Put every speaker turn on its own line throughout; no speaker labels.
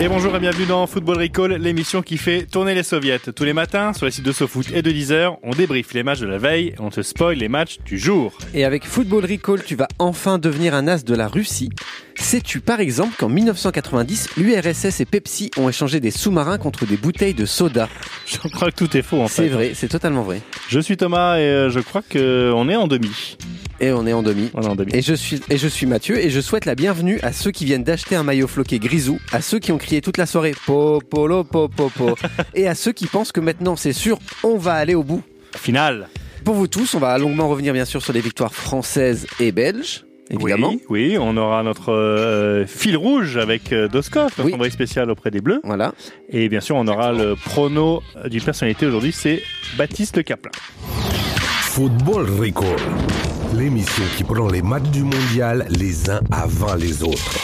Et bonjour et bienvenue dans Football Recall, l'émission qui fait tourner les soviets. Tous les matins, sur les sites de SoFoot et de Deezer, on débriefe les matchs de la veille et on te spoil les matchs du jour.
Et avec Football Recall, tu vas enfin devenir un as de la Russie. Sais-tu par exemple qu'en 1990, l'URSS et Pepsi ont échangé des sous-marins contre des bouteilles de soda
Je crois que tout est faux en
C'est
fait.
vrai, c'est totalement vrai.
Je suis Thomas et euh, je crois que on est en demi.
Et on est en demi.
On est en demi.
Et je suis et je suis Mathieu et je souhaite la bienvenue à ceux qui viennent d'acheter un maillot floqué grisou, à ceux qui ont crié toute la soirée popolo popopo et à ceux qui pensent que maintenant c'est sûr, on va aller au bout.
Finale.
Pour vous tous, on va longuement revenir bien sûr sur les victoires françaises et belges, évidemment.
Oui, oui, on aura notre euh, fil rouge avec euh, Doskov, notre
Oui.
envoyé spécial auprès des Bleus.
Voilà.
Et bien sûr, on aura le prono d'une personnalité aujourd'hui, c'est Baptiste Le Caplin.
Football Recall. L'émission qui prend les matchs du mondial les uns avant les autres.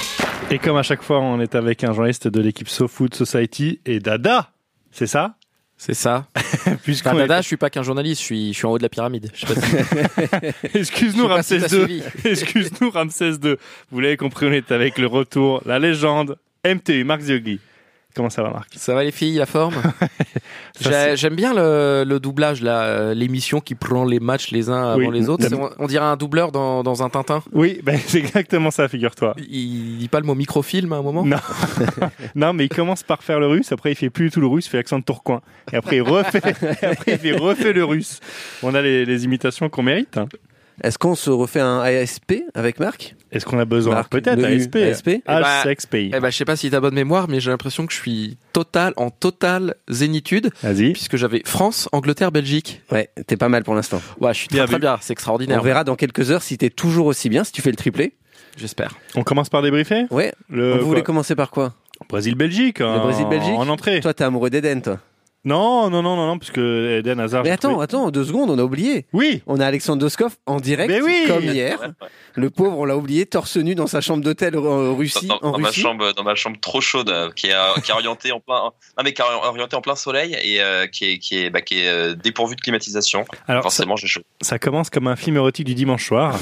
Et comme à chaque fois, on est avec un journaliste de l'équipe SoFood Society et Dada, c'est ça
C'est ça.
Puisqu'on
Enfin,
est-
Dada, je suis pas qu'un journaliste, je suis, je suis en haut de la pyramide. Je sais pas si- je
Excuse-nous
sais pas si
Ramsès
t'as
II.
suivi.
Excuse-nous Ramsès II. Vous l'avez compris, on est avec le retour, la légende, MTU, Marc Ziogli. Comment ça va Marc
Ça va les filles, la forme J'ai-
c'est-
J'aime bien le, le doublage, là, euh, l'émission qui prend les matchs les uns avant
Oui.
les autres.
T'as-
C'est- On, on dirait un doubleur dans, dans un Tintin.
Oui, ben, c'est exactement ça, figure-toi.
Il, il dit pas le mot microfilm à un moment
Non. non, mais il commence par faire le russe, après il fait plus du tout le russe, il fait l'accent de Tourcoing. Et après il refait, et après, il fait refait le russe. On a les, les imitations qu'on mérite. hein.
Est-ce qu'on se refait un ASP avec Marc
Est-ce qu'on a besoin
Marc,
Peut-être
le
à SP.
ASP.
H,
Eh ben,
sexe, pays.
Eh ben, je sais pas si t'as bonne mémoire, mais j'ai l'impression que je suis total, en totale zénitude,
Vas-y.
puisque j'avais France, Angleterre, Belgique.
Ouais, t'es pas mal pour l'instant.
Ouais, je suis
Bien
très, très
vu.
bien, c'est
On
extraordinaire,
verra dans quelques heures si t'es toujours aussi bien, si tu fais le triplé. Euh, bah.
j'espère.
On commence par débriefer
Ouais.
le
Vous
quoi
voulez commencer par quoi
Brésil-Belgique. hein,
Brésil-Belgique
En entrée.
Toi, t'es amoureux d'Eden, toi.
Non, non, non, non, non, parce que Eden Hazard.
Mais
j'ai
attends,
euh,
trouvé-
attends, deux secondes, on a oublié.
Oui.
On a Alexandre Doskov en direct,
Mais oui
comme hier. Le pauvre, on l'a oublié, torse nu dans sa chambre d'hôtel euh, en Russie.
dans,
en
dans ma
Russie.
chambre dans ma chambre trop chaude euh, qui est, euh, qui est orientée en plein non, mais qui est orientée en plein soleil et euh, qui est qui est bah, qui est euh, dépourvue de climatisation
Alors, ça,
forcément j'ai chaud
ça commence comme un film érotique du dimanche soir.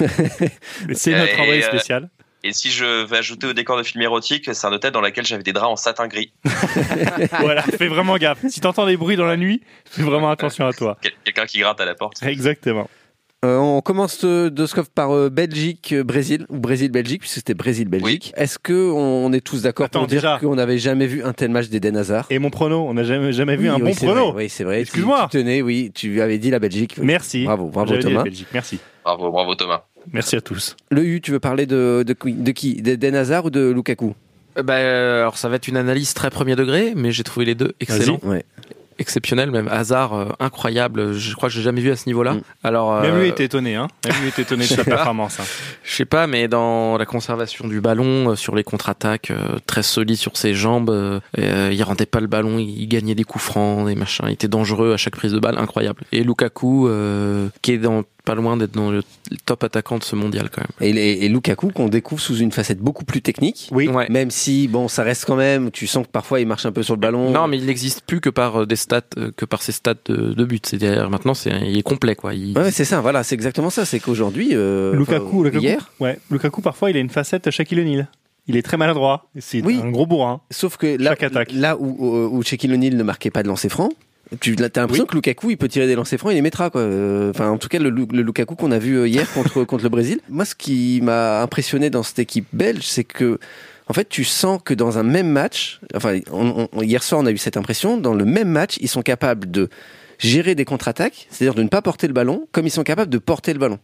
C'est notre
Et,
envoyé
euh,
spécial.
et si je vais ajouter au décor de film érotique c'est un hôtel dans lequel j'avais des draps en satin gris
Ah.
voilà, fais vraiment gaffe. Si t'entends des bruits dans la nuit, fais vraiment attention à toi.
Quel- quelqu'un qui gratte à la porte
Exactement.
Euh, on commence euh, Doskov par euh, Belgique, euh, Brésil, ou Brésil-Belgique, puisque c'était Brésil-Belgique. Est-ce que on on est tous d'accord
Attends,
pour dire
déjà.
qu'on n'avait jamais vu un tel match d'Eden Hazard
Et mon prono, on n'a jamais, jamais vu
Oui,
un
oui,
bon
c'est
prono.
vrai, Oui, c'est vrai. Tu-
Excuse-moi.
Tu tenais, oui, tu avais dit la Belgique. oui.
Merci.
Bravo, bravo
J'avais dit la
Thomas.
Belgique. Merci.
bravo bravo Thomas
Merci à tous.
Le U, tu veux parler de, de, qui- de qui D'Eden Hazard ou de Lukaku
Eh ben, euh, alors, ça va être une analyse très premier degré, mais j'ai trouvé les deux excellents.
Ouais.
exceptionnel, même hasard euh, incroyable. Je crois que j'ai jamais vu à ce niveau-là.
Mm.
Alors, euh,
Même lui était étonné, hein. Même lui était étonné de
je
sa
sais pas.
performance. hein.
je sais pas, mais dans la conservation du ballon, euh, sur les contre-attaques, euh, très solide sur ses jambes, euh, euh, il rendait pas le ballon, il gagnait des coups francs, des machins. Il était dangereux à chaque prise de balle, incroyable. Et Lukaku, euh, qui est dans pas loin d'être dans le top attaquant de ce mondial quand même.
Et, et- et Lukaku qu'on découvre sous une facette beaucoup plus technique.
Oui.
Ouais.
Même si, bon, ça reste quand même, tu sens que parfois il marche un peu sur le ballon.
Non, mais il n'existe plus que par euh, des stats, euh, que par ses stats de, de but. C'est-à-dire maintenant, c'est il est complet quoi. Il-
Ouais, c'est ça, voilà, c'est exactement ça. C'est qu'aujourd'hui, euh,
Lukaku,
enfin,
Lukaku.
hier,
Ouais. Lukaku, parfois, il a une facette Shaquille O'Neal. Il est très maladroit. C'est
Oui.
un gros bourrin.
sauf que là,
Chaque attaque.
là où, où, où Shaquille O'Neal ne marquait pas de lancer franc, tu as l'impression que Lukaku, il peut tirer des lancers francs, il les mettra quoi. Euh, Enfin, en tout cas, le, Lu- le Lukaku qu'on a vu euh, hier contre contre le Brésil. Moi, ce qui m'a impressionné dans cette équipe belge, c'est que en fait, tu sens que dans un même match, enfin, on- on- hier soir, on a eu cette impression, dans le même match, ils sont capables de gérer des contre-attaques, c'est-à-dire de ne pas porter le ballon, comme ils sont capables de porter le ballon.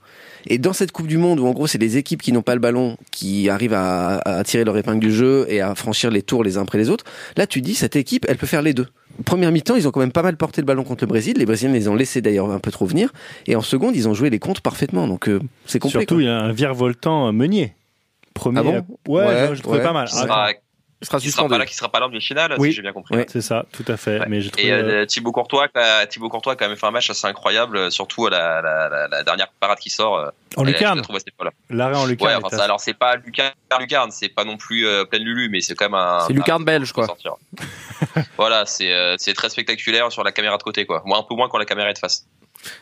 Et dans cette Coupe du Monde, où en gros, c'est les équipes qui n'ont pas le ballon qui arrivent à, à tirer leur épingle du jeu et à franchir les tours les uns après les autres, là, tu dis, cette équipe, elle peut faire les deux. Première mi-temps, ils ont quand même pas mal porté le ballon contre le Brésil. Les Brésiliens les ont laissés d'ailleurs un peu trop venir. Et en seconde, ils ont joué les comptes parfaitement. Donc, euh, c'est complet.
Surtout,
quoi.
il y a un virevoltant euh, Meunier. Premier.
Ah bon
euh, ouais,
Ouais,
je, je trouvais
ouais.
pas mal.
Ça
Ah,
Ah,
Il sera
qui sera
suspendu.
pas là, qui sera pas là de finale,
Oui.
si j'ai bien compris.
Ouais.
C'est ça, tout à fait.
Ah, Ouais.
Mais j'ai trouvé.
Et
euh,
euh, Thibaut Courtois, euh, Thibaut Courtois a quand même fait un match assez incroyable, euh, surtout à la, la, la, la dernière parade qui sort. euh,
en
elle- je
lucarne.
la trouve assez folle.
L'arrêt en
Ouais,
lucarne.
enfin,
est
ça- alors c'est pas Lucarne, Lucarne, c'est pas non plus euh, pleine Lulu, mais c'est quand même un.
C'est Lucarne belge,
un-
quoi.
sortir. voilà, c'est euh, c'est très spectaculaire sur la caméra de côté, quoi. Moi, un peu moins quand la caméra est de face.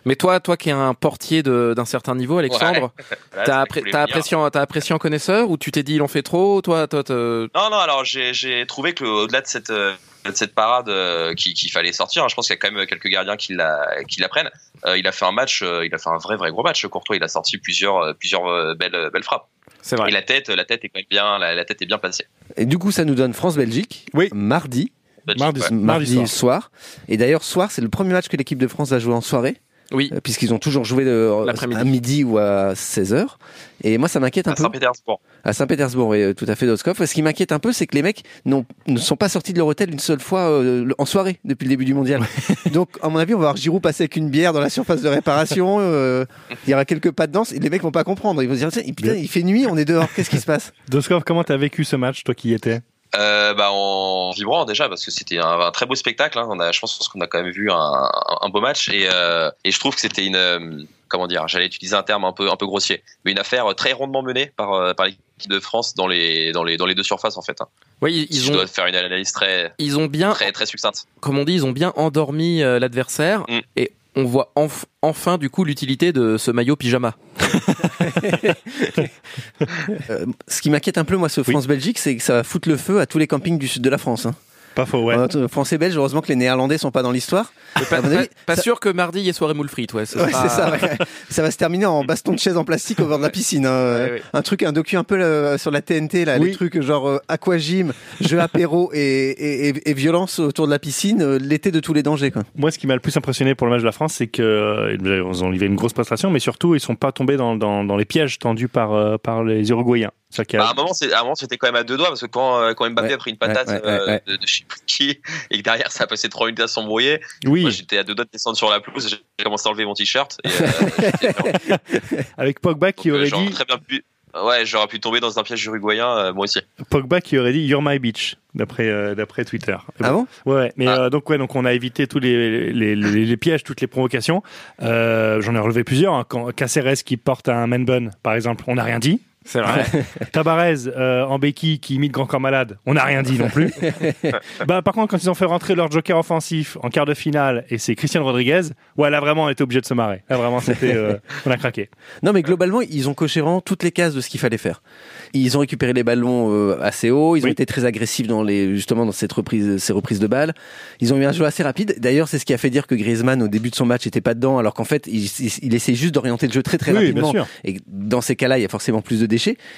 Mais toi, toi qui es un portier de- d'un certain niveau, Alexandre,
Voilà, c'est
t'as
ça
appré-
que je voulais
t'as
vous dire.
apprécié, en- t'as apprécié en connaisseur ou tu t'es dit il en fait trop Toi, euh, toi, te-
Non, non, alors j'ai- j'ai trouvé que au-delà de cette, euh, de cette parade euh, qui- qu'il fallait sortir, hein, je pense qu'il y a quand même quelques gardiens qui la, qui la prennent. Euh, il a fait un match, euh, il a fait un vrai, vrai gros match. Courtois, il a sorti plusieurs, euh, plusieurs euh, belles, belles frappes.
c'est vrai.
Et la tête, la tête est quand même bien, la, la tête est bien placée.
Et du coup, ça nous donne France-Belgique.
Oui.
Mardi.
Mardi,
Ouais.
soir. mardi soir.
soir. Et d'ailleurs, soir, c'est le premier match que l'équipe de France va jouer en soirée,
Oui.
euh, puisqu'ils ont toujours joué euh,
L'après-midi.
à midi ou à 16h. Et moi, ça m'inquiète un
À
peu.
Saint-Pétersbourg.
À Saint-Pétersbourg, oui, euh, tout à fait, Doskov. Ce qui m'inquiète un peu, c'est que les mecs n'ont- ne sont pas sortis de leur hôtel une seule fois euh, le- en soirée depuis le début du mondial. Donc, à mon avis, on va voir Giroud passer avec une bière dans la surface de réparation. euh, il y aura quelques pas de danse et les mecs vont pas comprendre. Ils vont se dire, Tiens, putain, il fait nuit, on est dehors, qu'est-ce qui se passe
Doskov, comment t'as vécu ce match, toi qui y étais
Euh, bah, en vibrant déjà parce que c'était un, un très beau spectacle. hein. On a, je pense qu'on a quand même vu un, un- un beau match et, euh, et je trouve que c'était une, euh, comment dire, j'allais utiliser un terme un peu un peu grossier, mais une affaire très rondement menée par euh, par l'équipe de France dans les dans les dans les deux surfaces en fait. hein.
Oui, ils-
Si
ils
je
ont, Ah.
dois faire une analyse très
ils ont bien,
très très succincte.
comme on dit, ils ont bien endormi euh, l'adversaire
Mm.
et on voit enf- enfin du coup l'utilité de ce maillot pyjama.
Euh, Ce qui m'inquiète un peu, moi, ce France-Belgique, c'est que ça va foutre le feu à tous les campings du sud de la France. hein.
Pas faux, ouais.
Euh, Français belge, heureusement que les Néerlandais sont pas dans l'histoire.
Pas,
À mon avis,
pas- pas sûr que mardi il y ait soirée moule frite, ouais. ce
Ouais,
sera-
c'est ça. ouais. Ça va se terminer en baston de chaise en plastique au bord de la piscine. hein.
Ouais, ouais.
Un truc, un docu un peu euh, sur la TNT, là,
Oui.
les trucs genre euh, aquagym, jeu apéro et, et, et- et violence autour de la piscine, euh, l'été de tous les dangers. Quoi.
Moi, ce qui m'a le plus impressionné pour le match de la France, c'est que euh, ils ont livré une grosse prestation, mais surtout, ils sont pas tombés dans, dans, dans les pièges tendus par, euh, par les Uruguayens. C'est-à-dire qu'il y a-
Bah, à un moment, c'est- à un moment, c'était quand même à deux doigts parce que quand euh, quand Mbappé
Ouais,
a pris une patate
ouais, ouais,
euh,
ouais.
de, de je sais plus qui et que derrière ça a passé trois minutes à s'embrouiller, moi
oui,
j'étais à deux doigts de descendre sur la pelouse, j'ai commencé à enlever mon t-shirt. et, euh,
avec Pogba qui
Donc, euh,
aurait
j'aurais
dit,
très bien pu- Ouais, j'aurais pu tomber dans un piège uruguayen, euh, moi aussi.
Pogba qui aurait dit, you're my bitch, d'après euh, d'après Twitter.
Ah bon
Ouais, ouais. mais
Ah.
euh, donc ouais, donc on a évité tous les, les, les- les pièges, toutes les provocations. Euh, J'en ai relevé plusieurs. hein. Quand Caceres qui porte un man bun, par exemple, on n'a rien dit.
C'est vrai.
Tabarez euh, en béquille qui imite Grand Corps Malade, on n'a rien dit non plus. bah, par contre, quand ils ont fait rentrer leur joker offensif en quart de finale et c'est Christian Rodriguez, ouais, là vraiment on était obligé de se marrer. Là vraiment, c'était, euh, on a craqué.
Non, mais globalement, ils ont coché vraiment toutes les cases de ce qu'il fallait faire. Ils ont récupéré les ballons euh, assez haut, ils
Oui.
ont été très agressifs dans les, justement dans cette reprise, ces reprises de balles. Ils ont eu un jeu assez rapide. D'ailleurs, c'est ce qui a fait dire que Griezmann, au début de son match, était pas dedans, alors qu'en fait, il, il- il essayait juste d'orienter le jeu très très
oui, bien
rapidement.
sûr.
Et dans ces cas-là, il y a forcément plus de déchets.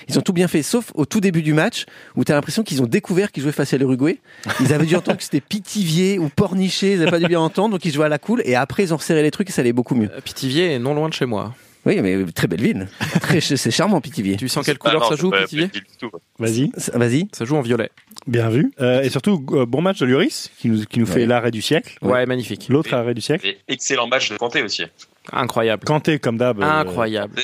Ils ont tout bien fait, sauf au tout début du match, où tu as l'impression qu'ils ont découvert qu'ils jouaient face à l'Uruguay. Ils avaient dû entendre que c'était Pitivier ou Pornichet, ils n'avaient pas dû bien entendre, donc ils jouaient à la cool. Et après, ils ont resserré les trucs et ça allait beaucoup mieux.
Euh, Pithiviers est non loin de chez moi.
Oui, mais euh, très belle ville. Très, ch- c'est charmant, Pitivier.
Tu sens quelle
Ah
couleur
non,
ça
c'est
joue,
pas-
Pithivier
pas du tout.
Vas-y,
Ça- Vas-y.
Ça joue en violet.
bien vu. Euh, et surtout, euh, bon match de Lloris qui nous, qui nous fait
Ouais.
l'arrêt du siècle,
Ouais, magnifique.
l'autre arrêt du siècle.
Et excellent match de Kanté aussi.
Incroyable.
Kanté comme d'hab. euh,
Incroyable.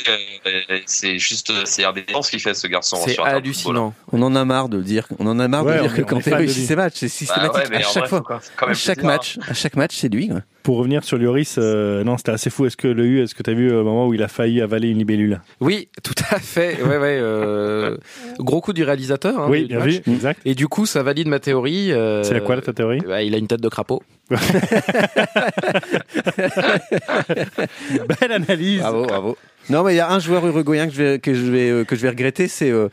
Euh, C'est juste, c'est indépendant ce qu'il fait ce garçon.
C'est
sur un terrain de football. hein.
hallucinant.
On en a marre de le dire. On en a marre
Ouais,
de
on
dire
est-
que
on
quand
est fan de
réussit
lui.
ses matchs, c'est
Bah ouais,
systématique
mais
à
en
chaque
vrai,
fois.
faut quand- quand
À
même
chaque
le dire, hein.
match, à chaque match, c'est lui. quoi.
Pour revenir sur Lloris, euh, non, c'était assez fou. Est-ce que le U, est-ce que t'as vu euh, le moment où il a failli avaler une libellule
Oui, tout à fait. Ouais, ouais. euh, Gros coup du réalisateur. hein,
Oui,
du
bien
match.
vu, exact.
Et du coup, ça valide ma théorie. euh,
C'est à quoi là, ta théorie
bah, Il a une tête de crapaud. Euh,
Belle analyse.
Bravo, bravo. Non, mais il y a un joueur uruguayen que je vais, que je vais, euh, que je vais regretter, c'est euh,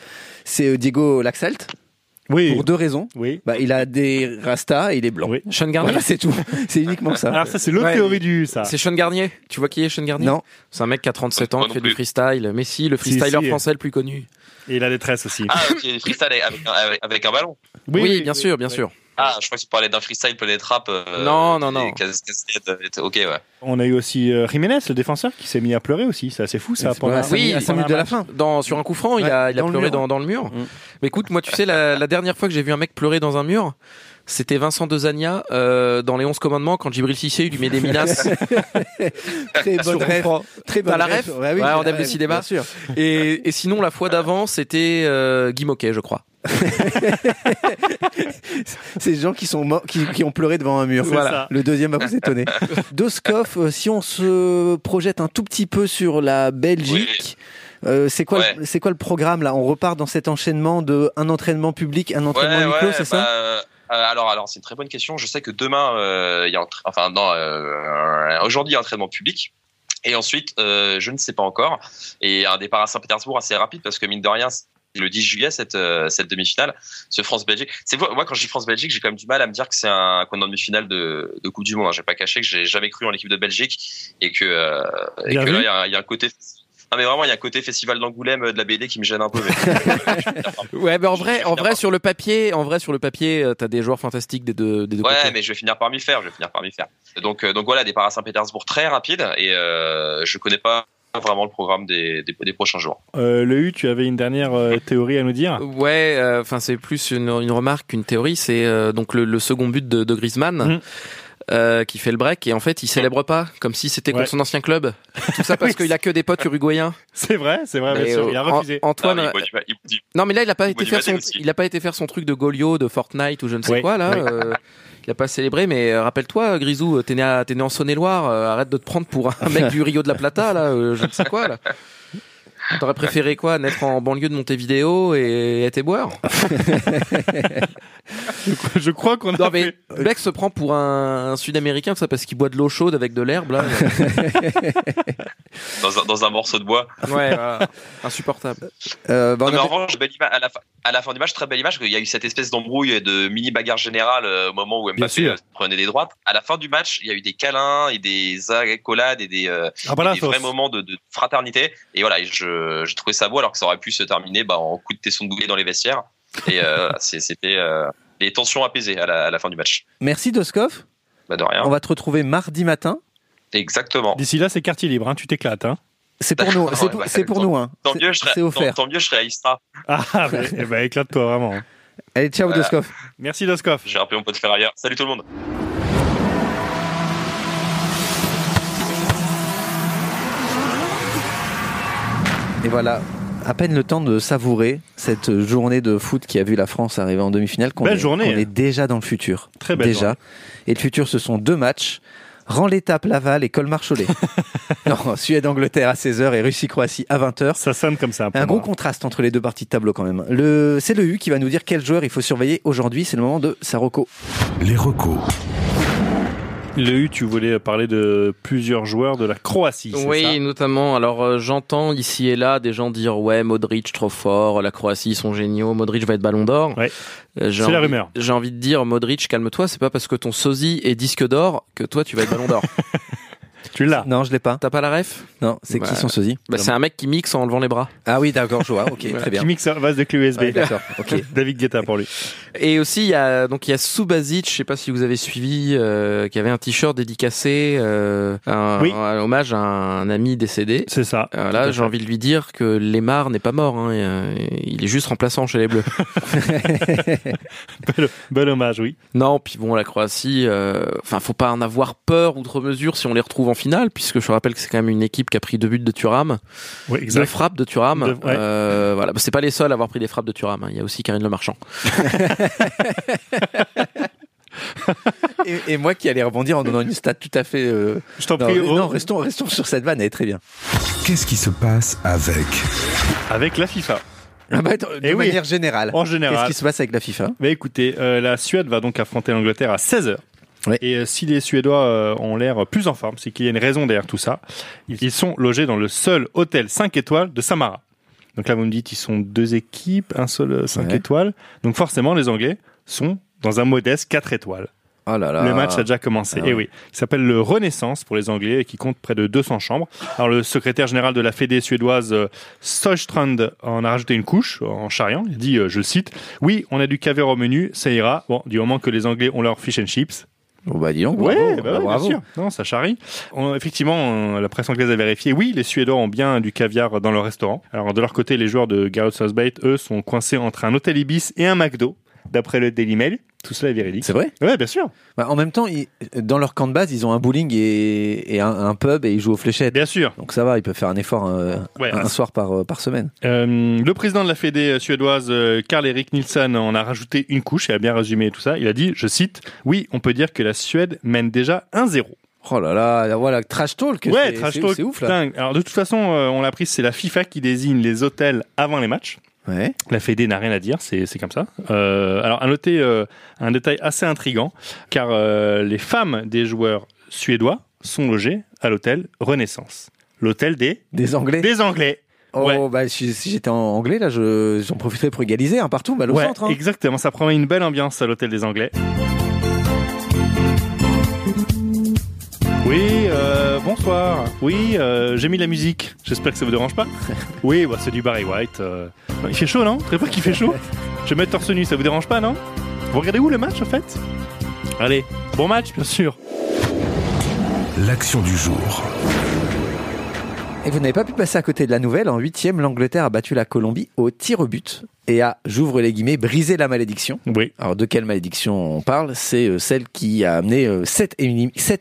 c'est euh, Diego Laxalt,
Oui,
pour deux raisons.
oui.
Bah, il a des rastas et il est blanc.
Oui. Ah,
Sean Garnier.
Voilà, c'est tout. C'est uniquement ça.
Alors ça, c'est l'autre
Ouais.
théorie du U, ça.
C'est Sean Garnier. Tu vois qui est Sean Garnier
Non,
C'est un mec qui a 37 ans,
Moi
qui
non
fait du
plus.
freestyle. Mais si, le
Si,
freestyler
si.
français le plus connu.
Et la détresse aussi.
Ah, ok, freestyle avec un, avec- avec un ballon.
Oui, bien sûr, bien
oui.
sûr.
Ah, je crois que tu parlais d'un freestyle planète rap. euh,
Non, non,
et
non.
Cas- Casquette, et tout. ok, ouais.
On a eu aussi euh, Jiménez, le défenseur, qui s'est mis à pleurer aussi. C'est assez fou, ça.
c'est pas- à
pendant-
cinq
Oui,
minutes- à cinq
pendant
minutes de
un
la
match.
fin.
Dans, sur un coup franc, il
Ouais,
a, il a
dans le
pleuré
mur.
dans, dans le mur.
Mm.
Mais écoute, moi, tu sais, la, la dernière fois que j'ai vu un mec pleurer dans un mur, c'était Vincent Dezania euh, dans Les 11 Commandements quand Djibril Cissé lui met des menaces.
Très bonne rêve. Très bonne
T'as la
rêve.
ref
Ouais, oui,
Ouais,
j'ai
on
la
aime le
ref,
cinéma.
Bien sûr.
et, et sinon, la fois d'avant, c'était euh, Guy Moquet, je crois.
Ces gens qui, sont morts- qui, qui ont pleuré devant un mur.
C'est
Voilà.
ça.
Le deuxième va vous étonner. Doskov, euh, si on se projette un tout petit peu sur la Belgique. euh, c'est quoi, le- c'est quoi le programme là On repart dans cet enchaînement de un entraînement public, un entraînement
Ouais,
huis clos,
ouais,
c'est
bah,
ça
euh, alors, alors c'est une très bonne question. Je sais que demain, euh, il y a entra- enfin non, euh, aujourd'hui, il y a entraînement public. Et ensuite, euh, je ne sais pas encore. Et un départ à Saint-Pétersbourg assez rapide parce que mine de rien, c'est le 10 juillet, cette, euh, cette demi-finale, ce France-Belgique. C'est moi, moi, quand je dis France-Belgique, j'ai quand même du mal à me dire que c'est un qu'on est en demi-finale de, de Coupe du Monde. hein. J'ai pas caché que j'ai jamais cru en l'équipe de Belgique et que, euh, et
Bien
que
vu.
là, il y a- il y, a un côté. Non mais vraiment, il y a un côté festival d'Angoulême euh, de la BD qui me gêne un peu. mais-
Ouais, mais en vrai, en
D'accord.
vrai sur le papier, en vrai sur le papier, euh, t'as des joueurs fantastiques des deux, des deux
Ouais,
côtés.
mais je vais finir par m'y faire. Je vais finir par m'y faire. Donc, euh, donc voilà, départ à Saint-Pétersbourg très rapide et euh, je connais pas vraiment le programme des, des, des prochains jours.
Euh, le U, tu avais une dernière euh, théorie à nous dire
Ouais, euh, enfin c'est plus une, une remarque qu'une théorie. C'est euh, donc le, le second but de, de Griezmann.
Mhm.
euh, qui fait le break et en fait il célèbre pas comme si c'était
Ouais.
contre son ancien club tout ça parce
Oui,
qu'il a que des potes uruguayens
C'est vrai, c'est vrai,
Mais,
bien sûr. Il a
euh, An-
refusé.
Antoine
Ah,
euh,
il boit du vin- il boit du-
non mais là il a pas
il
été
boit du
faire son
Vatel aussi.
il a pas été faire son truc de Golio de Fortnite ou je ne sais
Ouais,
quoi là
ouais.
euh, il a pas célébré mais euh, rappelle-toi Grisou euh, t'es né à- t'es né en Saône-et-Loire euh, arrête de te prendre pour un mec du Rio de la Plata là euh, je ne sais quoi là T'aurais préféré quoi Naître en banlieue de Montevideo et être boire
Je crois qu'on a
Non mais
fait-
le mec se prend pour un, un Sud-Américain, ça parce qu'il boit de l'eau chaude avec de l'herbe là.
dans, un, dans un morceau de bois.
ouais, voilà. insupportable.
Euh, bah, on
Non, mais
a-
en revanche, belle ima- à, la fin, à la fin du match, très belle image. Il y a eu cette espèce d'embrouille et de mini bagarre générale euh, au moment où
Bien
Mbappé
sûr.
euh, prenait des droites. À la fin du match, il y a eu des câlins et des accolades et des, euh,
Ah bah là,
des
ça-
vrais moments de, de fraternité. Et voilà, et je, je trouvais ça beau alors que ça aurait pu se terminer bah, en coup de tesson de boulet dans les vestiaires. Et euh, c'est- c'était euh, les tensions apaisées à la, à la fin du match.
Merci Doskov.
Bah, de rien.
On va te retrouver mardi matin.
Exactement.
D'ici là, c'est quartier libre, hein, tu t'éclates. Hein.
C'est pour nous. C'est pour,
Ouais, bah,
c'est pour
tant-
nous. Hein.
Tant
C'est-
mieux, je serais,
C'est offert.
tant, tant mieux, je serais à Istra.
Ah, bah, eh ben, éclate-toi vraiment.
Allez, ciao
Voilà.
Doskov.
Merci Doskov.
J'ai rappelé mon pote Ferrailleur. Salut tout le monde.
Et voilà, à peine le temps de savourer cette journée de foot qui a vu la France arriver en demi-finale. Qu'on
Belle
est,
journée. hein.
qu'on est déjà dans le futur.
Très belle
Déjà.
journée.
Et le futur, ce sont deux matchs. Rend l'étape Laval et Colmar-Cholet. non, Suède-Angleterre à 16h et Russie-Croatie à 20h.
Ça sonne comme ça. pour
Un gros
moi.
contraste entre les deux parties de tableau quand même. Le, c'est le U qui va nous dire quel joueur il faut surveiller aujourd'hui. C'est le moment de Saroko.
Les recos.
Le U, tu voulais parler de plusieurs joueurs de la Croatie. c'est
Oui,
ça
notamment. Alors euh, j'entends ici et là des gens dire ouais, Modric trop fort, la Croatie ils sont géniaux, Modric va être Ballon d'Or.
Ouais.
Euh, j'ai
C'est la
envie-
rumeur.
J'ai envie de dire Modric, calme-toi, c'est pas parce que ton sosie est disque d'or que toi tu vas être Ballon d'Or.
Tu l'as.
Non, je l'ai pas.
T'as pas la ref
Non, c'est
Bah,
qui son sosie
Bah, c'est un mec qui mixe en levant les bras.
Ah oui, d'accord, je vois. Ok, très bien.
Qui mixe un vase de clé USB.
Ouais, d'accord, ok.
David Guetta pour lui.
Et aussi, il y a, donc, il y a Subasic, je sais pas si vous avez suivi, euh, qui avait un t-shirt dédicacé, euh, un,
Oui.
un hommage à un ami décédé.
C'est ça.
Euh, là, j'ai envie de lui dire que Lemar n'est pas mort, hein, et, euh, il est juste remplaçant chez les Bleus.
Bel, bel hommage, oui.
non, puis bon, la Croatie, euh, enfin, faut pas en avoir peur outre mesure si on les retrouve en finale, puisque je rappelle que c'est quand même une équipe qui a pris deux buts de Thuram,
Oui,
deux
exact.
frappes de Thuram.
Deux- ouais.
Euh, voilà, Bah, c'est pas les seuls à avoir pris des frappes de Thuram. hein. Il y a aussi Karine Le Marchand.
et, et moi qui allais rebondir en donnant une stat tout à fait. euh,
Je t'en
Non,
prie,
non,
oh,
restons, restons sur cette vanne, elle est très bien.
Qu'est-ce qui se passe avec
avec la FIFA.
de
Eh oui.
manière générale,
En
qu'est-ce
général.
qui se passe avec la FIFA
Bah écoutez, euh, la Suède va donc affronter l'Angleterre à 16h.
Ouais.
Et euh, si les Suédois euh, ont l'air plus en forme, c'est qu'il y a une raison derrière tout ça. Ils ils sont logés dans le seul hôtel 5 étoiles de Samara. Donc là, vous me dites, ils sont deux équipes, un seul 5
Ouais.
étoiles. Donc forcément, les Anglais sont dans un modeste 4 étoiles.
Oh là là.
Le match a déjà commencé.
Ah
Eh oui,
ouais.
il s'appelle le Renaissance pour les Anglais et qui compte près de 200 chambres. Alors le secrétaire général de la Fédé suédoise euh, Sjöstrand en a rajouté une couche en charriant. Il dit, euh, je cite, oui, on a du caviar au menu, ça ira. Bon, du moment que les Anglais ont leur fish and chips.
Bon, bah dis donc,
Ouais,
bravo,
bah
bah
ouais,
bravo.
bien sûr. Non, ça charrie. On- effectivement, on- la presse anglaise a vérifié. Oui, les Suédois ont bien du caviar dans leur restaurant. Alors de leur côté, les joueurs de Gareth Southgate, eux, sont coincés entre un hôtel Ibis et un McDo. d'après le Daily Mail. Tout cela est véridique.
C'est vrai
Ouais, bien sûr.
Bah, en même temps, ils- dans leur camp de base, ils ont un bowling et, et un, un pub et ils jouent aux fléchettes.
Bien sûr.
Donc ça va, ils peuvent faire un effort euh,
Ouais,
un
un-
soir par, euh, par semaine.
Euh, le président de la Fédé suédoise, euh, Karl-Erik Nielsen, en a rajouté une couche et a bien résumé tout ça. Il a dit, je cite, Oui, on peut dire que la Suède mène déjà 1-0.
Oh là là, voilà, trash talk.
Ouais,
c'est-
trash
c'est-
talk.
C'est ouf là.
dingue. Alors, de toute façon, euh, on l'a pris, c'est la FIFA qui désigne les hôtels avant les matchs.
Ouais.
La Fédé n'a rien à dire, c'est c'est comme ça. Euh, alors, à noter euh, un détail assez intrigant, car euh, les femmes des joueurs suédois sont logées à l'hôtel Renaissance. L'hôtel des...
Des Anglais.
des Anglais.
Oh,
ouais.
bah, si, si j'étais en anglais, là, je- j'en profiterais pour égaliser un partout, mal au
Ouais,
centre. hein.
exactement. Ça promet une belle ambiance à l'hôtel des Anglais. Oui, euh, bonsoir. Oui, euh, j'ai mis la musique. J'espère que ça vous dérange pas. Oui, bah, c'est du Barry White. euh. Il fait chaud, non Très pas qu'il fait chaud. Je vais mettre torse nu, ça vous dérange pas, non Vous regardez où le match, en fait Allez, bon match, bien sûr.
L'action du jour.
Et vous n'avez pas pu passer à côté de la nouvelle. En huitième, l'Angleterre a battu la Colombie au tir au but et a, j'ouvre les guillemets, brisé la malédiction.
Oui,
Alors de quelle malédiction on parle C'est euh, celle qui a amené euh, 7,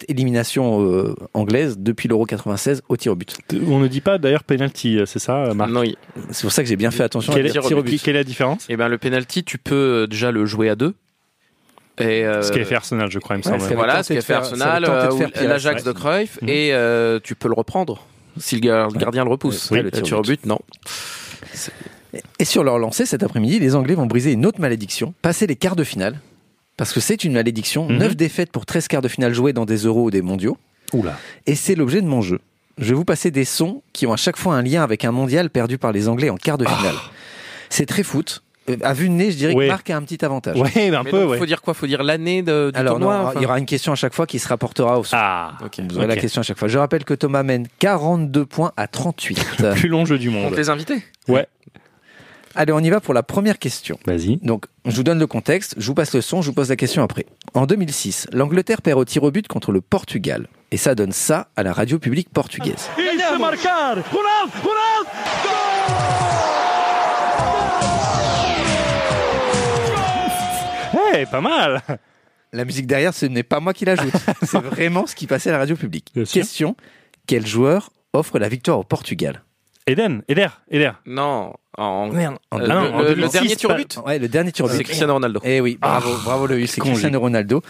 éliminations euh, anglaises depuis l'Euro 96 au tir au but.
on ne dit pas d'ailleurs penalty, euh, c'est ça, Marc
Non, il-
C'est pour ça que j'ai bien fait attention. à
Quelle
dire
est,
tir au but.
quelle est la différence
eh ben, le penalty, tu peux euh, déjà le jouer à deux. Et, euh,
Ce qu'a fait Arsenal, Mhm. je crois, il me
Ouais,
semble.
c'est-
Voilà,
T'avais
ce
tenté
qu'a
de
fait
faire-
Arsenal,
t'avais tenté de
euh,
faire
ou-
Pires,
l'Ajax
ouais.
de Cruyff, et euh, tu peux le reprendre si le gar- le gardien le repousse.
Ouais,
Et
le
le
tir au
tir au but, non.
Et sur leur lancée cet après-midi, les Anglais vont briser une autre malédiction, passer les quarts de finale. Parce que c'est une malédiction.
Mhm.
9 défaites pour 13 quarts de finale joués dans des euros ou des mondiaux.
Oula.
Et c'est l'objet de mon jeu. Je vais vous passer des sons qui ont à chaque fois un lien avec un mondial perdu par les Anglais en quart de finale.
Ah.
C'est très foot. Euh, À vue de nez, je dirais
Ouais.
que Marc a un petit avantage.
Ouais, un
Mais
peu,
donc,
ouais.
Faut dire quoi Faut dire l'année de, du
Alors,
tournoi
non,
enfin
il y aura une question à chaque fois qui se rapportera au son.
Ah,
Ok.
Vous aurez
ok.
la question à chaque fois. Je rappelle que Thomas mène 42 points à 38.
plus long jeu du
Compte
monde.
les invités.
Allez, on y va pour la première question.
Vas-y.
Donc, je vous donne le contexte, je vous passe le son, je vous pose la question après. En 2006, l'Angleterre perd au tir au but contre le Portugal. Et ça donne ça à la radio publique portugaise.
Eh, pas mal
La musique derrière, ce n'est pas moi qui l'ajoute. C'est vraiment ce qui passait à la radio publique.
Bien sûr.
Question quel joueur offre la victoire au Portugal
Eden, Eder, Eder.
Non, en,
Merde.
euh,
Ah non, en
le, le
2006,
dernier tir au
pas-
but,
Ouais, le dernier tir au
c'est
but.
Cristiano Ronaldo.
Eh oui, bravo, bravo le c'est
qu'on lit.
Cristiano Ronaldo.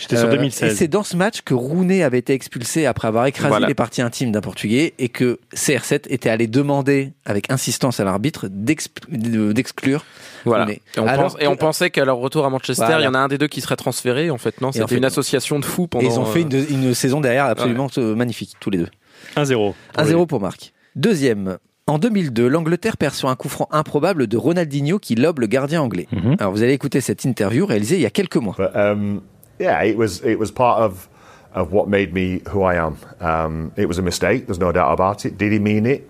J'étais sur
Euh, Et
2016.
c'est dans ce match que Rooney avait été expulsé après avoir écrasé
Voilà.
les parties intimes d'un Portugais et que CR7 était allé demander avec insistance à l'arbitre d'exp- de- d'exclure.
Voilà.
Mais-
Et on,
alors
pense- et on
que-
pensait qu'à leur retour à Manchester,
Voilà.
il y en a un des deux qui serait transféré. En fait, non, c'était
en fait,
une
non.
association de fous
Et
pendant. euh,
ils ont fait une, une saison derrière absolument euh, magnifique, tous les deux.
1-0.
1-0 pour Marc. Deuxième. En 2002, l'Angleterre perd sur un coup franc improbable de Ronaldinho qui lobe le gardien anglais.
Mhm.
Alors vous allez écouter cette interview réalisée il y a quelques mois.
But um, yeah, it was it was part of of what made me who I am. Um, it was a mistake. There's no doubt about it. Did he mean it?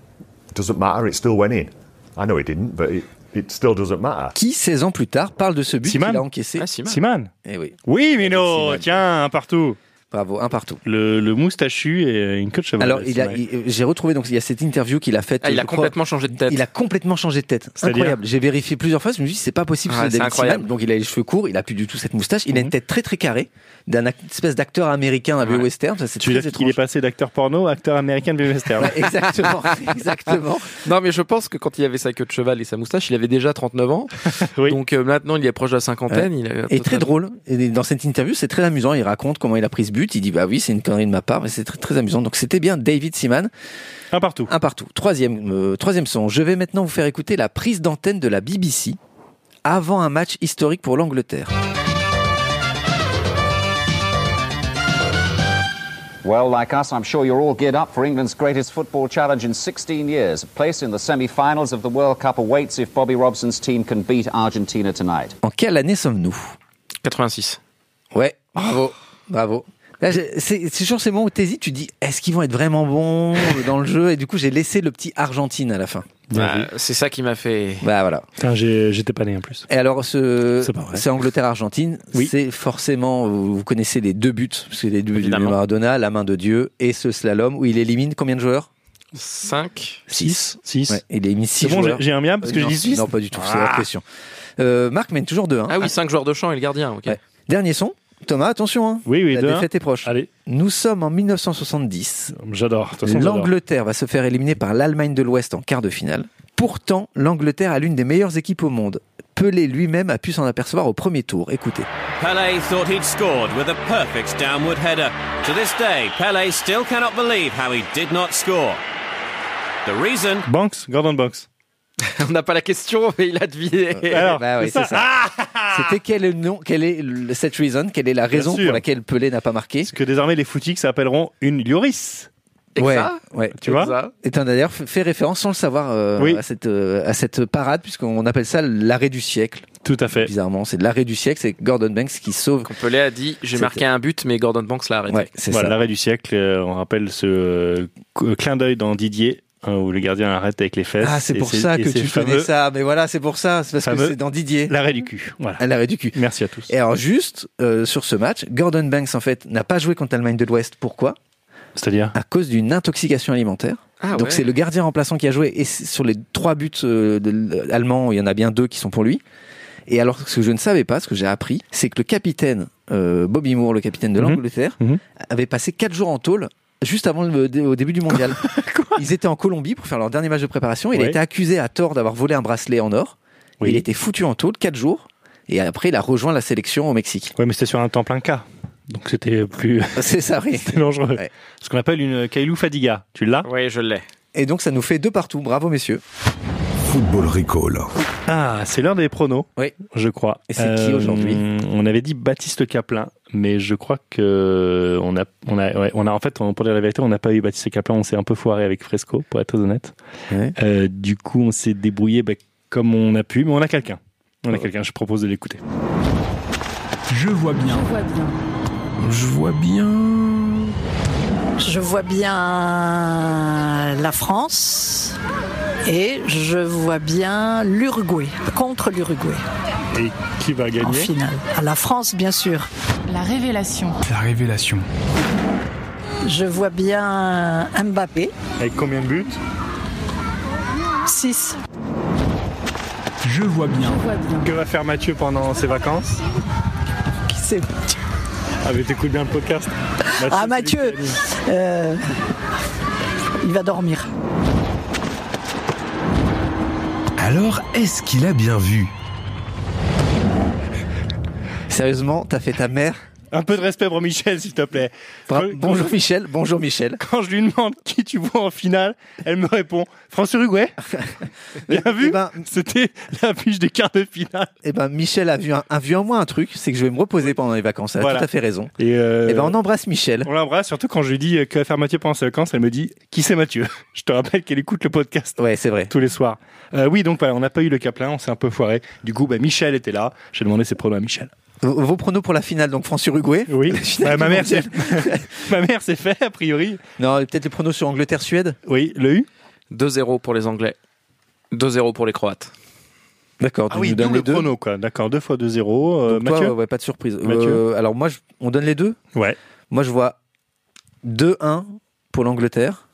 Doesn't matter. It still went in. I know he didn't, but it, it still doesn't matter.
Qui, 16 ans plus tard, parle de ce but qu'il
Simon.
a encaissé.
Ah, si, mal.
Siman
Eh oui,
Oui, Mino
Simon.
Tiens, un partout.
bravo, un partout.
Le, le moustachu et une queue de cheval.
Alors, il a,
Simon.
il- euh, j'ai retrouvé, donc, il y a cette interview qu'il a faite.
Ah, il
je
a
crois.
complètement changé de tête.
Il a complètement changé de tête. C'est
C'est-à-dire
incroyable. J'ai vérifié plusieurs fois, je me suis dit, c'est pas possible,
Ah,
c'est
c'est
David Seaman.
incroyable.
Donc, il a les cheveux courts, il a plus du tout cette moustache, il a une
Mhm.
tête très très carrée, d'un ac- espèce d'acteur américain à vieux
Ouais.
western, ça c'est
Tu veux
très
dire qu'il est
étrange.
passé d'acteur porno à acteur américain de Western
Ouais, exactement, exactement.
Non, mais je pense que quand il avait sa queue de cheval et sa moustache, il avait déjà 39 ans.
Oui.
Donc euh, maintenant, il est proche de la cinquantaine. Il a
Et très
totalement-
drôle. Et dans cette interview, c'est très amusant. Il raconte comment il a pris ce but. Il dit, bah oui, c'est une connerie de ma part, mais c'est très, très amusant. Donc c'était bien David Seaman,
Un partout.
un partout. Troisième, euh, troisième son. Je vais maintenant vous faire écouter la prise d'antenne de la BBC avant un match historique pour l'Angleterre.
Well, like us, I'm sure you're all geared up for England's greatest football challenge in 16 years. A place in the semi finals of the World Cup awaits if Bobby Robson's team can beat Argentina tonight.
En quelle année sommes-nous
86.
Ouais, bravo, bravo. Là, j'ai- c'est c'est toujours ces moments où t'hésites, tu dis, est-ce qu'ils vont être vraiment bons dans le jeu Et du coup, j'ai laissé le petit Argentine à la fin.
Ah, c'est ça qui m'a fait.
Bah voilà.
Putain, j'ai- j'étais pas né en plus.
Et alors, ce,
C'est pas vrai.
c'est Angleterre-Argentine.
Oui.
C'est forcément, vous vous connaissez les deux buts, parce que les deux buts de
Évidemment.
Maradona, la main de Dieu et ce slalom où il élimine combien de joueurs
5.
6.
6.
Ouais, il est mis 6
C'est bon, j'ai-
joueurs.
j'ai un mien parce que
Euh,
j'ai
non,
dit 6.
Non, pas du tout, c'est
Ah.
la question. Euh, Marc mène toujours 2
Ah oui, 5 joueurs de champ et le gardien, ok.
Ouais. Dernier son. Thomas, attention, hein.
Oui, oui,
la
deux, un.
défaite est proche.
Allez,
Nous sommes en 1970.
j'adore. De toute façon, j'adore.
L'Angleterre va se faire éliminer par l'Allemagne de l'Ouest en quart de finale. Pourtant, l'Angleterre a l'une des meilleures équipes au monde. Pelé lui-même a pu s'en apercevoir au premier tour. Écoutez.
Pele thought he'd scored with a perfect downward header. To this day, Pele still cannot believe how he did not score. The reason
Banks, Gordon Banks.
On n'a pas la question, mais il a deviné.
Alors,
Bah oui,
c'est ça. Ah
c'est ça. C'était quel est le nom, quelle est le- cette reason, quelle est la raison
sûr.
pour laquelle Pelé n'a pas marqué
Parce que désormais, les footix s'appelleront une Lioris.
Ouais,
Exa
ouais.
Tu vois
Exa.
Et t'en as d'ailleurs f- fait référence sans le savoir euh,
Oui.
à, cette, euh, à cette parade, puisqu'on appelle ça l'arrêt du siècle,
Tout à fait.
bizarrement. C'est l'arrêt du siècle, c'est Gordon Banks qui sauve.
Quand Pelé a dit j'ai
C'était-
marqué un but, mais Gordon Banks l'a arrêté.
Ouais, c'est
Voilà,
ça.
l'arrêt du siècle. euh, on rappelle ce euh, cou- clin d'œil dans Didier, hein, où le gardien arrête avec les fesses.
Ah, c'est
Et
pour ça
et
que
c'est
tu
fameux
connais ça. Mais voilà, c'est pour ça. C'est parce
fameux-
que c'est dans Didier.
L'arrêt du cul. Voilà.
à L'arrêt du cul.
Merci à tous.
Et alors, juste euh, sur ce match, Gordon Banks, en fait, n'a pas joué contre l'Allemagne de l'Ouest. Pourquoi
C'est-à-dire
À cause d'une intoxication alimentaire.
Ah
Donc,
ouais.
c'est le gardien remplaçant qui a joué. Et c'est- sur les trois buts euh, de l- allemands, il y en a bien deux qui sont pour lui. Et alors, ce que je ne savais pas, ce que j'ai appris, c'est que le capitaine, euh, Bobby Moore, le capitaine de
Mhm.
l'Angleterre,
Mhm.
avait passé quatre jours en tôle juste avant le, au début du mondial. Ils étaient en Colombie pour faire leur dernier match de préparation. Il
Ouais.
a été accusé à tort d'avoir volé un bracelet en or.
Oui.
Il était foutu en tôle quatre jours. Et après, il a rejoint la sélection au Mexique.
Ouais, mais c'était sur un temps plein cas. Donc c'était plus
C'est ça, oui.
c'était dangereux.
Ouais.
Ce qu'on appelle une Kailou Fadiga. Tu l'as
Oui, je l'ai.
Et donc, ça nous fait deux partout. Bravo, messieurs.
Football Recall.
Ah, c'est l'heure des pronos.
Oui.
Je crois. Euh,
Et c'est qui aujourd'hui
On avait dit Baptiste Caplin, mais je crois que on a, on a, ouais, on a en fait, on- pour dire la vérité, on n'a pas eu Baptiste Caplin. On s'est un peu foiré avec Fresco, pour être très honnête.
Ouais.
Euh, du coup, on s'est débrouillé bah, comme on a pu, mais on a quelqu'un. On a quelqu'un. Je propose de l'écouter.
Je vois bien.
Je vois bien.
Je vois bien la France et je vois bien l'Uruguay, contre l'Uruguay
Et qui va
en
gagner
finale. À la France, bien sûr.
La révélation. La révélation.
Je vois bien Mbappé,
Avec combien de buts
6.
Je vois bien.
Que va faire Mathieu pendant ses vacances Ah, mais t'écoutes bien le podcast.
Ah Mathieu, euh, il va dormir.
Alors, est-ce qu'il a bien vu
Sérieusement, t'as fait ta mère.
Un peu de respect pour Michel, s'il te plaît.
Bra-
Oui.
bonjour, Michel. Bonjour, Michel.
Quand je lui demande qui tu vois en finale, elle me répond France-Uruguay. Bien vu
Eh ben,
C'était la fiche des quarts de finale.
eh ben, Michel a vu un, a vu en moi un truc. C'est que je vais me reposer pendant les vacances. Elle a
Voilà. Euh,
tout à fait raison.
Et
Eh ben, on embrasse Michel.
on l'embrasse, surtout quand je lui dis euh, que va faire Mathieu pendant ses vacances, elle me dit Qui c'est Mathieu Je te rappelle qu'elle écoute le podcast
Ouais, c'est vrai.
tous les soirs. Euh, oui, donc voilà, on n'a pas eu le Caplin, on s'est un peu foiré. Du coup, bah, Michel était là. J'ai demandé ses pronoms à Michel.
Vos vos pronos pour la finale, donc France-Uruguay
Oui,
La finale
Bah,
du
ma, mère,
mondial.
s'est- ma mère s'est fait, a priori.
Non, et peut-être les pronos sur Angleterre-Suède
Oui, le U
2-0 pour les Anglais. 2-0 pour les Croates.
D'accord, donc je vous donne
double
les deux.
prono, quoi. D'accord, deux fois 2-0. Euh,
Donc toi, euh,
Mathieu
ouais, ouais, pas de surprise. Euh,
Mathieu
alors moi, je- on donne les deux
Ouais,
Moi, je vois 2-1 pour l'Angleterre.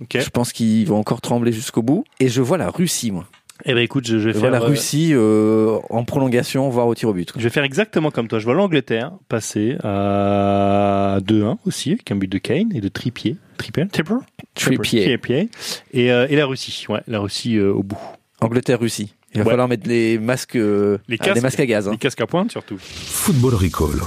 ok.
Je pense qu'ils vont encore trembler jusqu'au bout. Et je vois la Russie, moi.
Eh ben écoute, je, je vais
Je
faire
vois la
euh,
Russie euh, en prolongation, voire au tir au but. quoi.
Je vais faire exactement comme toi. Je vois l'Angleterre passer à 2-1 aussi, avec un but de Kane et de Trippier. Trippier Trippier
Trippier.
Trippier. Et, euh, et la Russie, ouais, la Russie euh, au bout.
Angleterre-Russie. Il va
Ouais.
falloir mettre les masques, euh,
Les
ah, les
casques.
masques à gaz. hein.
Les casques à pointe surtout.
Football Recall.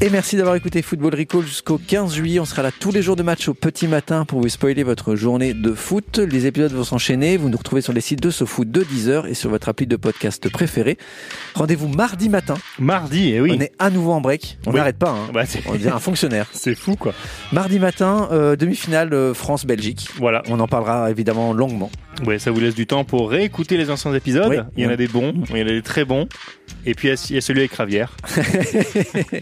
Et merci d'avoir écouté Football Recall jusqu'au 15 juillet. On sera là tous les jours de match au petit matin pour vous spoiler votre journée de foot. Les épisodes vont s'enchaîner. Vous nous retrouvez sur les sites de SoFoot de 10h et sur votre appli de podcast préféré. Rendez-vous mardi matin.
Mardi, eh oui.
On est à nouveau en break. On
Oui.
n'arrête pas. hein.
Bah, c'est-
On devient un fonctionnaire.
c'est fou quoi.
Mardi matin, euh, demi-finale euh, France-Belgique.
Voilà.
On en parlera évidemment longuement.
Ouais, ça vous laisse du temps pour réécouter les anciens épisodes.
Oui.
Il y en a des bons, il y en a des très bons. Et puis il y a- il y a celui avec Ravière.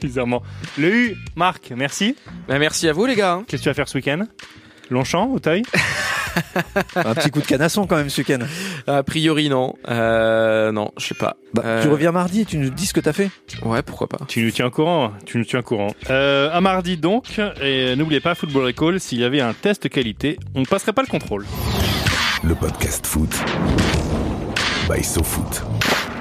Bizarrement. Le U, Marc, merci.
Bah, merci à vous, les gars. hein.
Qu'est-ce que tu vas faire ce week-end Longchamp, Auteuil
Un petit coup de canasson quand même, ce week-end.
A priori, non. Euh, non, je sais pas.
Bah, Tu reviens mardi et tu nous dis ce que t'as fait
Ouais, pourquoi pas.
Tu nous tiens au courant, tu nous tiens au courant. Euh, à mardi donc, et n'oubliez pas, Football Recall, s'il y avait un test qualité, on ne passerait pas le contrôle.
Le podcast foot by SoFoot.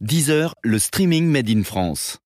Deezer, le streaming made in France.